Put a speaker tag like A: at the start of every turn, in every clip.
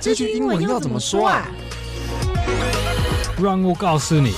A: 这句英文要怎么说啊？
B: 让我告诉你。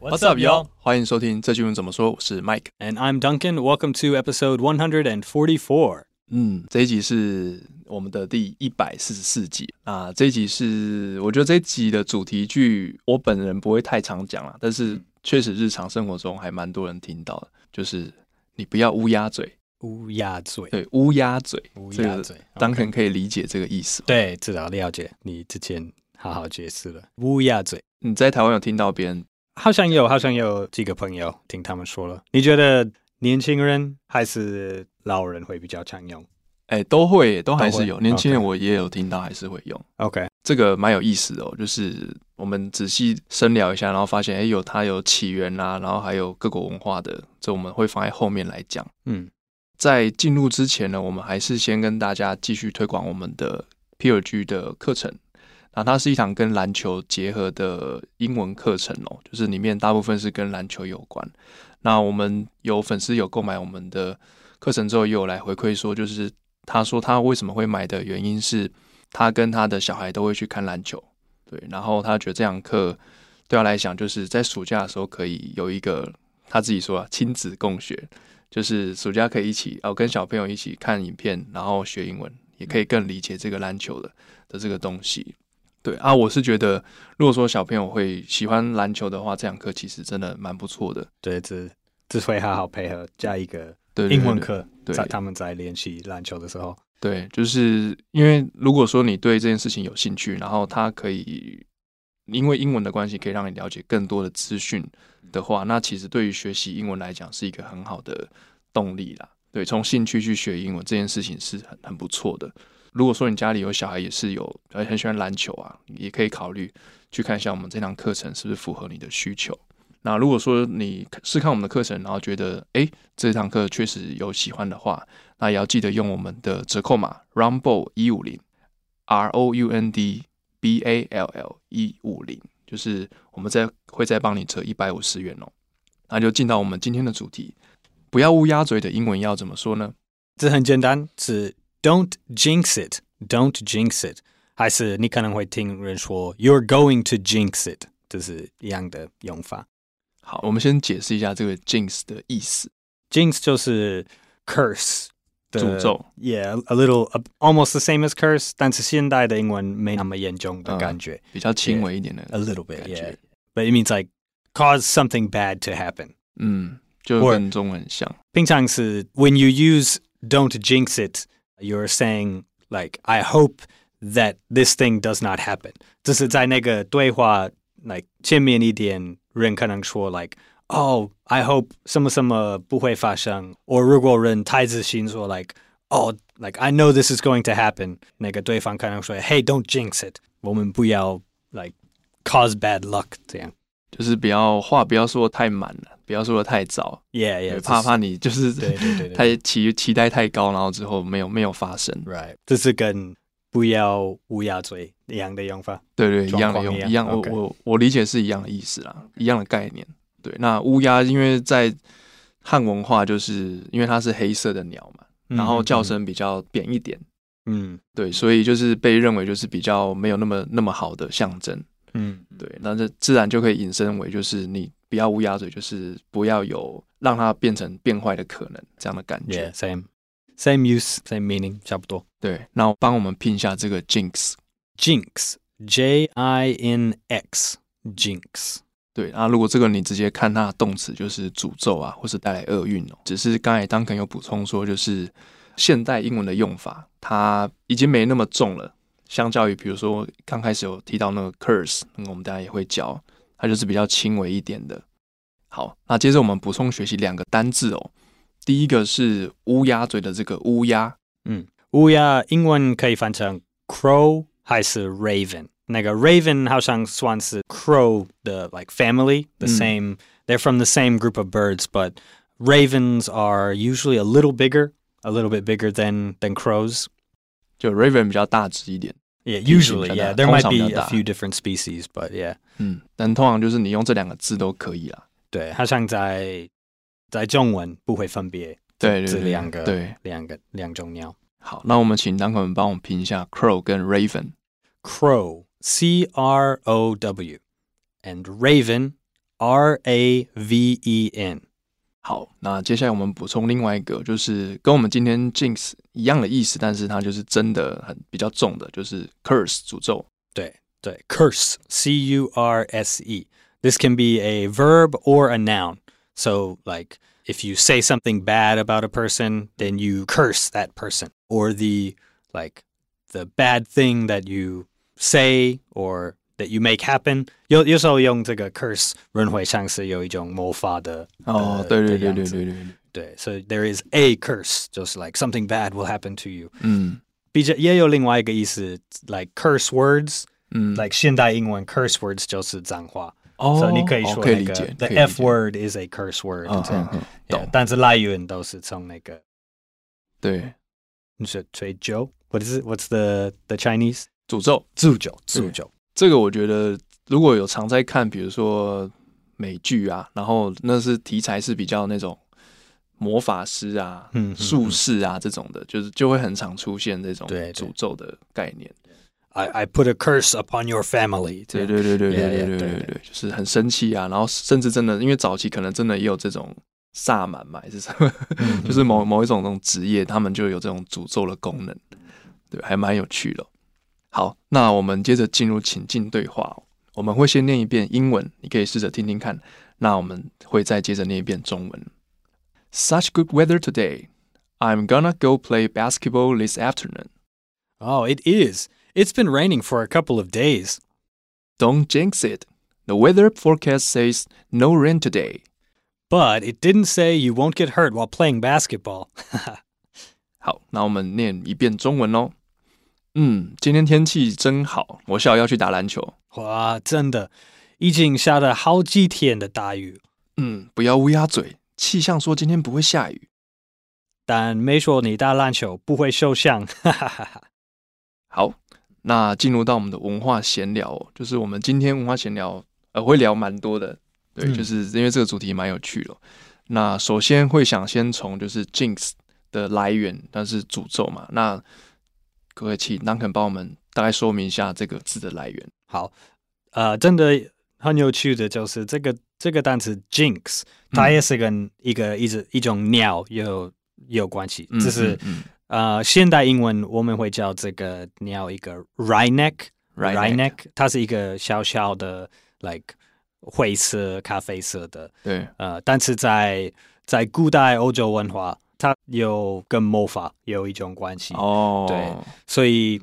C: What's up, y'all?
D: 欢迎收听这句文怎么说，我是 Mike。
C: And I'm Duncan. Welcome to episode 144.
D: 嗯，这一集是我们的第一百四十四集啊。这一集是我觉得这一集的主题句，我本人不会太常讲啦，但
C: 嗯
D: 是确实日常生活中还蛮多人听到的，就是你不要乌鸦嘴。
C: 乌鸦嘴，
D: 对，乌鸦嘴，
C: 乌
D: 这
C: 鸦
D: 个
C: 嘴。
D: 当肯可以理解这个意思吗。
C: 对，至少了解你之前好好解释了。乌鸦嘴，
D: 你在台湾有听到别人
C: 好像有，好像有几个朋友听他们说了。你觉得年轻人还是老人会比较常用
D: 哎、都会耶，都还是
C: 都
D: 有。
C: 会
D: 年轻人
C: OK
D: 我也有听到，还是会用。
C: ？OK，
D: 这个蛮有意思的哦，就是我们仔细深聊一下，然后发现，哎，有它有起源啦、然后还有各国文化的，这我们会放在后面来讲。
C: 嗯，
D: 在进入之前呢，我们还是先跟大家继续推广我们的 PRG 的课程。那它是一堂跟篮球结合的英文课程哦，就是里面大部分是跟篮球有关。那我们有粉丝有购买我们的课程之后，也有来回馈说，就是他说他为什么会买的原因是，他跟他的小孩都会去看篮球，对，然后他觉得这堂课对他来讲，就是在暑假的时候可以有一个他自己说啊亲子共学，就是暑假可以一起哦跟小朋友一起看影片，然后学英文，也可以更理解这个篮球的的这个东西。对啊，我是觉得，如果说小朋友会喜欢篮球的话，这堂课其实真的蛮不错的。
C: 对，只只会好好配合加一个
D: 对，对
C: 英文
D: 对
C: 课，
D: 对
C: 在他们在练习篮球的时候。
D: 对，就是因为如果说你对这件事情有兴趣，然后它可以因为英文的关系，可以让你了解更多的资讯的话，那其实对于学习英文来讲是一个很好的动力啦。对，从兴趣去学英文这件事情是很很不错的。如果说你家里有小孩也是有呃很喜欢篮球啊，也可以考虑去看一下我们这堂课程是不是符合你的需求。那如果说你试看我们的课程，然后觉得诶这堂课确实有喜欢的话，那也要记得用我们的折扣码 Rumble 一五零 R O U N D B A L L 一五零，就是我们再会再帮你折一百五十元哦。那就进到我们今天的主题，不要乌鸦嘴的英文要怎么说呢？
C: 这很简单，是 "Don't jinx it, don't jinx it"，还是你可能会听人说 "You're going to jinx it"，这是一样的用法。
D: 好，我们先解释一下这个 jinx 的意思。
C: jinx 就是 curse 的
D: 诅咒
C: ，yeah, a little a- almost the same as curse，但是现代的英文没那么严重的感觉、
D: 比较轻微一点的
C: a little bit,
D: 感
C: yeah,
D: 觉，
C: but it means like cause something bad to happen.
D: 嗯，就
C: Or-
D: 跟中文很像。
C: Ping Tang says, when you use don't jinx it, you're saying, like, I hope that this thing does not happen. 这是在那个对话, like, 前面一点人可能说, like, oh, I hope 什么什么不会发生. Or 如果人太自信说, like, oh, like, I know this is going to happen. 那个对方可能说, hey, don't jinx it. 我们不要, like, cause bad luck. 这样.
D: 就是不要话不要说得太满了，不要说的太早，
C: Yeah,
D: 也
C: yeah.
D: 怕怕你就是
C: 对，对，对，对，对。
D: 太期期待太高，然后之后没有没有发生。
C: Right，这是跟不要乌鸦嘴一样的用法。
D: 对对，一
C: 状
D: 样的
C: 况
D: 用
C: 一样
D: 一样，我
C: OK
D: 我我理解是一样的意思啦，一样的概念。对，那乌鸦因为在汉文化，就是因为它是黑色的鸟嘛，然后叫，声比较扁一点，
C: 嗯
D: 对，所以就是被认为就是比较没有那么那么好的象征。
C: 嗯，
D: 对，那这自然就可以引申为就是你不要乌鸦嘴，就是不要有让它变成变坏的可能这样的感觉。
C: yeah，same，same use，same meaning，差不多。
D: 对，那帮我们拼一下这个 jinx。
C: Jinx，J I N X，Jinx。
D: 对，那、如果这个你直接看它的动词，就是诅咒啊，或是带来厄运哦。只是刚才当肯有补充说，就是现代英文的用法，它已经没那么重了。相较于比如说刚开始有提到那个 curse，那个我们大家也会教，它就是比较轻微一点的。好，那接着我们补充学习两个单字哦。第一个是乌鸦嘴的这个乌鸦，
C: 乌鸦英文可以翻成 crow 还是 raven。那个 raven 好像算是 crow 的 like family，the
D: 嗯
C: same、they're from the same group of birds, but ravens are usually a little bigger, a little bit bigger than than crows.
D: 就 raven 比较大只一点，
C: Yeah,
D: Usually
C: usually,
D: shut
C: yeah.
D: down.
C: There might be a
D: 通常比较大。
C: few different species, but yeah.
D: 嗯，但通常就是你用这两个字都可以啦。
C: 对，好像在在中文不会分别
D: 对对
C: 这
D: 对，
C: 两个
D: 对，
C: 两个两种鸟。
D: 好，那我们请南口们帮我们拼一下 crow 跟 raven。
C: Crow, C R O W, and Raven, R A V E N.
D: 好，那接下来我们补充另外一个，就是跟我们今天 jinx 一样的意思，但是它就是真的很比较重的，就是 curse 诅咒。
C: curse, C U R S E. This can be a verb or a noun. So, like, if you say something bad about a person, then you curse that person, or the like the bad thing that you say or that you make happen. 有-有时候用这个 curse 轮回像是有一种魔法的
D: 哦，
C: 呃
D: 对对
C: 的
D: 对
C: 样
D: 对
C: 子
D: 对对，对
C: 对，so there is a curse, just like something bad will happen to you.
D: 嗯
C: 比较也有另外一个意思，like curse words,
D: 嗯
C: like 现代英文 curse words 就是脏话。
D: Mm. 哦，
C: so 你可以说那个、
D: 哦可以理解
C: the
D: 可以理
C: F
D: 解
C: word is a curse word
D: 嗯嗯嗯，懂
C: 这样。但是来源都是从那个，
D: 对
C: 你说醉酒？What is it? What's the the Chinese?
D: 诅咒。
C: 祝酒，祝酒。
D: 这个我觉得如果有常在看，比如说美剧啊，然后那是题材是比较那种魔法师啊、
C: 嗯嗯嗯
D: 术士啊这种的，就是就会很常出现这种
C: 对对
D: 诅咒的概念。
C: I I put a curse upon your family.
D: 对对对对
C: Yeah,
D: 对
C: yeah，
D: 对对
C: 对
D: 对
C: 对
D: 对，就是很生气啊，然后甚至真的，因为早期可能真的也有这种萨满嘛，还是什么，
C: 嗯
D: 就是某某一种这种职业，他们就有这种诅咒的功能，对，还蛮有趣的。哦好，那我们接着进入情境对话哦、我们会先念一遍英文，你可以试着听听看。那我们会再接着念一遍中文。Such good weather today. I'm gonna go play basketball this afternoon.
C: Oh, it is. It's been raining for a couple of days.
D: Don't jinx it. The weather forecast says no rain today.
C: But it didn't say you won't get hurt while playing basketball.
D: 好，那我们念一遍中文哦。嗯，今天天气真好，我下午要去打篮球。
C: 哇，真的，已经下了好几天的大雨，
D: 嗯，不要乌鸦嘴，气象说今天不会下雨。
C: 但没说你打篮球不会受伤。哈哈哈哈。
D: 好，那进入到我们的文化闲聊、哦，就是我们今天文化闲聊，呃，会聊蛮多的，对，
C: 嗯
D: 就是因为这个主题蛮有趣的哦。那首先会想先从就是 jinx 的来源，但是诅咒嘛，那各位请 n a n k n 帮我们大概说明一下这个字的来源。
C: 好，呃，真的很有趣的就是这个这个单词 jinx，它
D: 嗯
C: 也是跟一个一只一种鸟有有关系，
D: 嗯
C: 就是、
D: 嗯
C: 呃现代英文我们会叫这个鸟一个 wryneck。
D: Right
C: Right
D: neck，
C: neck，它是一个小小的，like 灰色、咖啡色的，
D: 对，
C: 呃，但是在在古代欧洲文化，它有跟魔法有一种关系，
D: 哦，
C: 对所以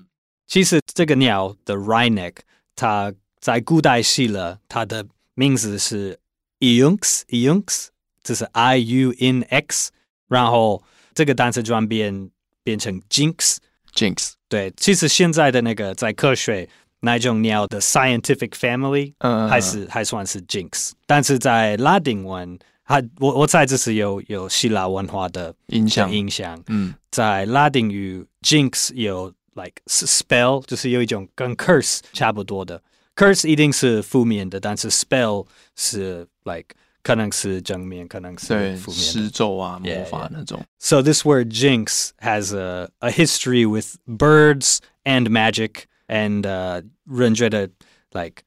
C: 其实这个鸟的 right neck，它在古代希腊，它的名字是 iunx iunx，这是 i u n x，然后这个单词转变变成 jinx，
D: Jinx，
C: 对，其实现在的那个在科学那种鸟的 scientific family
D: 嗯，
C: 还是、还算是 jinx，但是在拉丁文，它我我猜这是有有希腊文化的
D: 影响，
C: 影响，
D: 嗯，
C: 在拉丁语 jinx 有 like spell，就是有一种跟 curse 差不多的，curse 一定是负面的，但是 spell 是 like 可能是正面，可能是
D: 对，
C: 负面的。
D: 施咒啊，魔
C: Yeah,
D: 法那种
C: So this word jinx has a, a history with birds and magic and uh, 人觉得 like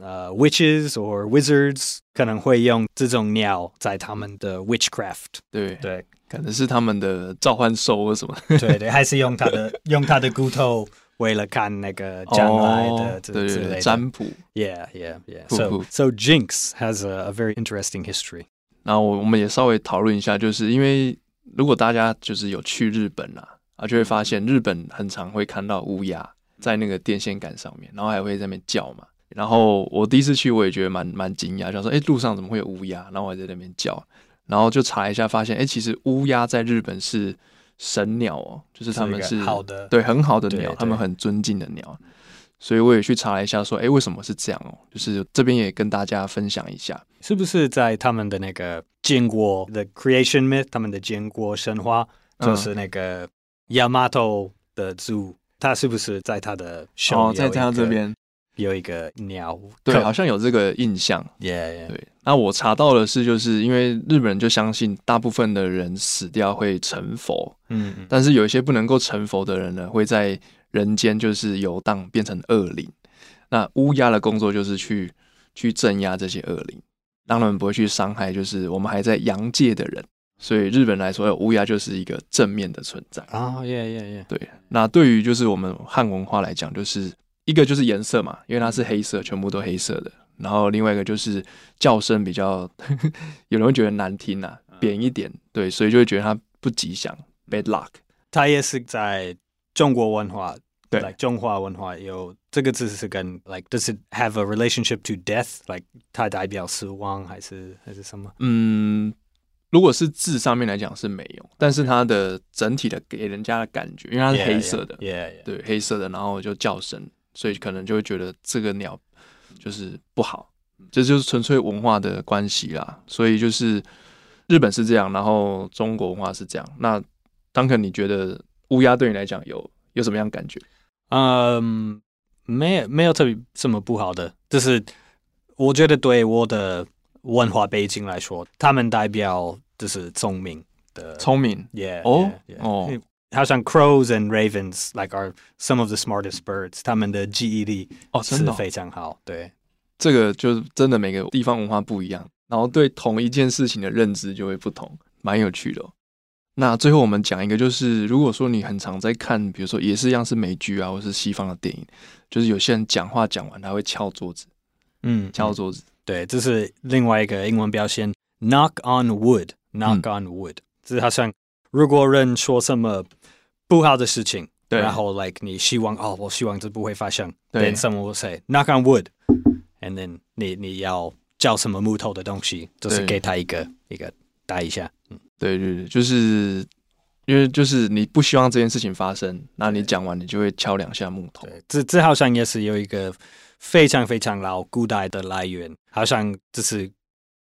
C: uh, witches or wizards 可能会用这种鸟在他们的 witchcraft
D: 对，
C: 对
D: 可能是他们的召唤兽或什么，
C: 对对，还是用它的用它的骨头为了看那个将来的、
D: 哦对对对，占卜。
C: yeah yeah yeah
D: 酷，
C: so
D: 酷。
C: so jinx has a, a very interesting history
D: 然后我我们也稍微讨论一下，就是因为如果大家就是有去日本啊，啊就会发现
C: 嗯
D: 日本很常会看到乌鸦在那个电线杆上面，然后还会在那边叫嘛。然后我第一次去，我也觉得蛮蛮惊讶，想说，哎，路上怎么会有乌鸦？然后我还在那边叫，然后就查一下，发现，哎，其实乌鸦在日本是神鸟哦，就是他们
C: 是一
D: 是
C: 个好的
D: 对，很好的
C: 对
D: 鸟，
C: 对
D: 他们很尊敬的鸟。所以我也去查了一下，说，哎，为什么是这样哦？就是这边也跟大家分享一下。
C: 是不是在他们的那个建国的 creation myth，他们的建国神话，
D: 嗯
C: 就是那个 Yamato 的 zoo，他是不是在他的
D: 哦
C: 手，
D: 在
C: 有一
D: 他这
C: 个
D: 边，
C: 有一个鸟，
D: 对，好像有这个印象。
C: ，yeah yeah，
D: 对，那我查到的是，就是因为日本人就相信大部分的人死掉会成佛，
C: 嗯嗯
D: 但是有一些不能够成佛的人呢，会在人间就是游荡，变成恶灵。那乌鸦的工作就是去去镇压这些恶灵，让他们不会去伤害，就是我们还在阳界的人。所以日本来说，乌鸦就是一个正面的存在。
C: 啊，yeah yeah yeah，
D: 对，那对于就是我们汉文化来讲，就是一个就是颜色嘛，因为它是黑色，全部都黑色的。然后另外一个就是叫声比较， 有人会觉得难听啊，
C: 嗯
D: 扁一点，对，所以就会觉得它不吉祥，bad luck。
C: 它也是在中国文化，
D: 对
C: like, 中华文化有这个字是跟 like does it have a relationship to death？like 它代表死亡还是还是什么？
D: 嗯，如果是字上面来讲是没有，但是它的整体的给人家的感觉，因为它是黑色的
C: yeah yeah，, yeah, yeah.
D: 对，黑色的，然后就叫声，所以可能就会觉得这个鸟就是不好，这就是纯粹文化的关系啦。所以就是日本是这样，然后中国文化是这样。那 Duncan，你觉得乌鸦对你来讲有有什么样的感觉？
C: 嗯，没有没有特别什么不好的，就是我觉得对我的文化背景来说，他们代表就是聪明的
D: 聪明
C: Yeah.
D: 哦
C: yeah, yeah.
D: 哦，
C: 好像 crows and ravens like are some of the smartest birds，他们的记忆力
D: 哦，真
C: 是
D: 的哦、
C: 非常好。对，
D: 这个就是真的每个地方文化不一样，然后对同一件事情的认知就会不同，蛮有趣的哦、那最后我们讲一个，就是如果说你很常在看，比如说也是一样是美剧啊，或是西方的电影，就是有些人讲话讲完他会敲桌子，
C: 嗯，
D: 敲桌子，
C: 对，这是另外一个英文标签，knock on
D: 嗯
C: wood，knock on wood，、就是好像如果人说什么不好的事情，
D: 对
C: 然后 like 你希望哦，我希望这不会发生
D: 对
C: ，then someone will say knock on wood，and then 你你要叫什么木头的东西，就是
D: 对
C: 给他一个一个搭一下，嗯，
D: 对对对，就是因为就是你不希望这件事情发生，那你讲完你就会敲两下木头，
C: 对，这这好像也是有一个非常非常老古代的来源，好像这是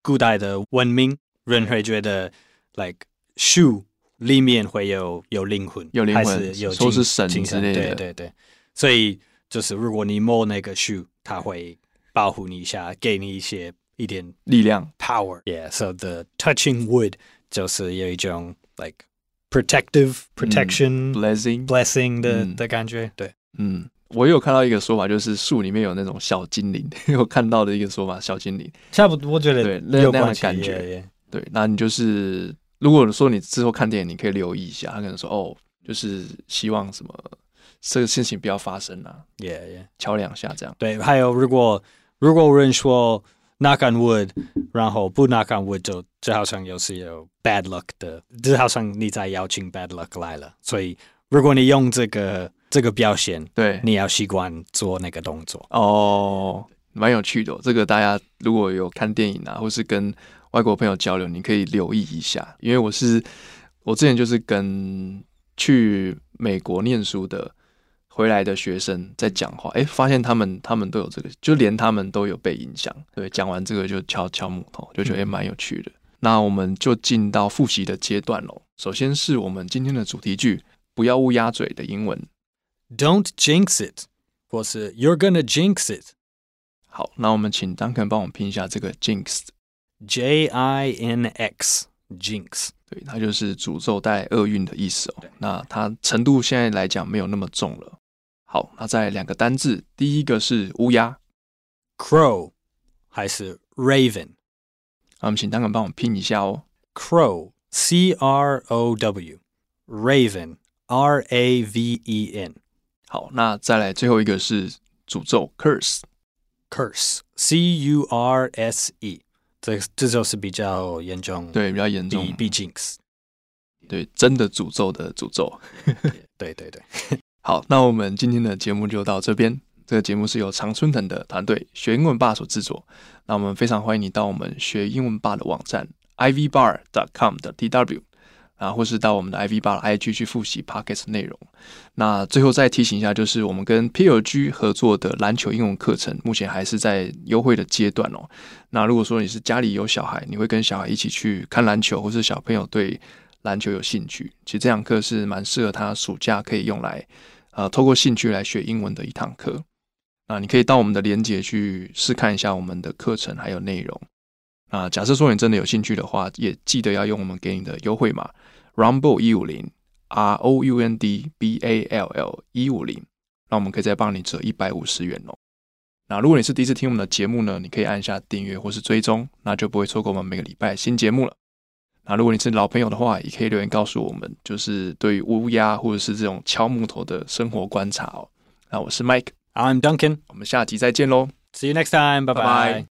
C: 古代的文明，人会觉得，like 树里面会有有灵魂，
D: 有灵魂
C: 还是有
D: 说是
C: 精
D: 神
C: 精神
D: 之类的
C: 对对对，所以就是如果你摸那个树，它会保护你一下，给你一些一点
D: 力量，
C: power。Yeah, so the touching wood 就是有一种 like protective protection、
D: blessing，
C: blessing 的、
D: 嗯
C: 的感觉，对。
D: 嗯，我有看到一个说法，就是树里面有那种小精灵， 我看到的一个说法，小精灵。
C: 差不多，我觉得
D: 对那
C: 有
D: 那
C: 关
D: 样的
C: 系
D: 感觉
C: yeah, yeah.
D: 对，那你就是如果说你之后看电影，你可以留意一下，他可能说哦，就是希望什么这个事情不要发生啊，
C: Yeah, yeah.
D: 敲两下这样。
C: 对，还有如果如果有人说 knock on wood，然后不 knock on wood 就就好像有是有 bad luck 的，就好像你在邀请 bad luck 来了。所以如果你用这个这个标签，
D: 对，
C: 你要习惯做那个动作。
D: 哦，蛮有趣的哦、这个大家如果有看电影啊，或是跟外国朋友交流，你可以留意一下，因为我是我之前就是跟去美国念书的回来的学生在讲话，哎，发现他们他们都有这个，就连他们都有被影响。对，讲完这个就敲敲木头，就觉得哎蛮有趣的。那我们就进到复习的阶段喽。首先是我们今天的主题句“不要乌鸦嘴”的英文。
C: Don't jinx it，或是 You're gonna jinx it，J
D: 好，那我们请 Duncan 帮我们拼一下这个 “jinx”
C: I N X jinx。
D: 对，它就是诅咒带厄运的意思哦。那它程度现在来讲没有那么重了。好，那在两个单字，第一个是乌鸦，
C: Crow 还是 raven？
D: 那我们请丹肯帮我们拼一下哦。
C: Crow, C R O W. Raven, R A V E N.
D: 好，那再来最后一个是诅咒 curse。
C: Curse, C U R S E. 这这就是比较严重，，
D: 对，比较严重
C: 比，比 Jinx。
D: 对，真的诅咒的诅咒。
C: 对对对，
D: 好，那我们今天的节目就到这边。这个节目是由常春藤的团队学英文吧所制作。那我们非常欢迎你到我们学英文吧的网站 ivbar.com 的 tw，啊，或是到我们的 ivbar 的 IG 去复习 podcast 内容。那最后再提醒一下，就是我们跟 PLG 合作的篮球英文课程，目前还是在优惠的阶段哦。那如果说你是家里有小孩，你会跟小孩一起去看篮球，或是小朋友对篮球有兴趣，其实这堂课是蛮适合他暑假可以用来呃，透过兴趣来学英文的一堂课。啊、你可以到我们的链接去试看一下我们的课程还有内容。啊、假设说你真的有兴趣的话，也记得要用我们给你的优惠码 Rumble 一五零 R O U N D B A L L 一五零，那我们可以再帮你折一百五十元哦。那如果你是第一次听我们的节目呢，你可以按下订阅或是追踪，那就不会错过我们每个礼拜的新节目了。那如果你是老朋友的话，也可以留言告诉我们，就是对于乌鸦或者是这种敲木头的生活观察哦。那我是 Mike，
C: I'm Duncan.
D: 我们下集再见喽。
C: See you next time. Bye bye.
D: Bye-bye.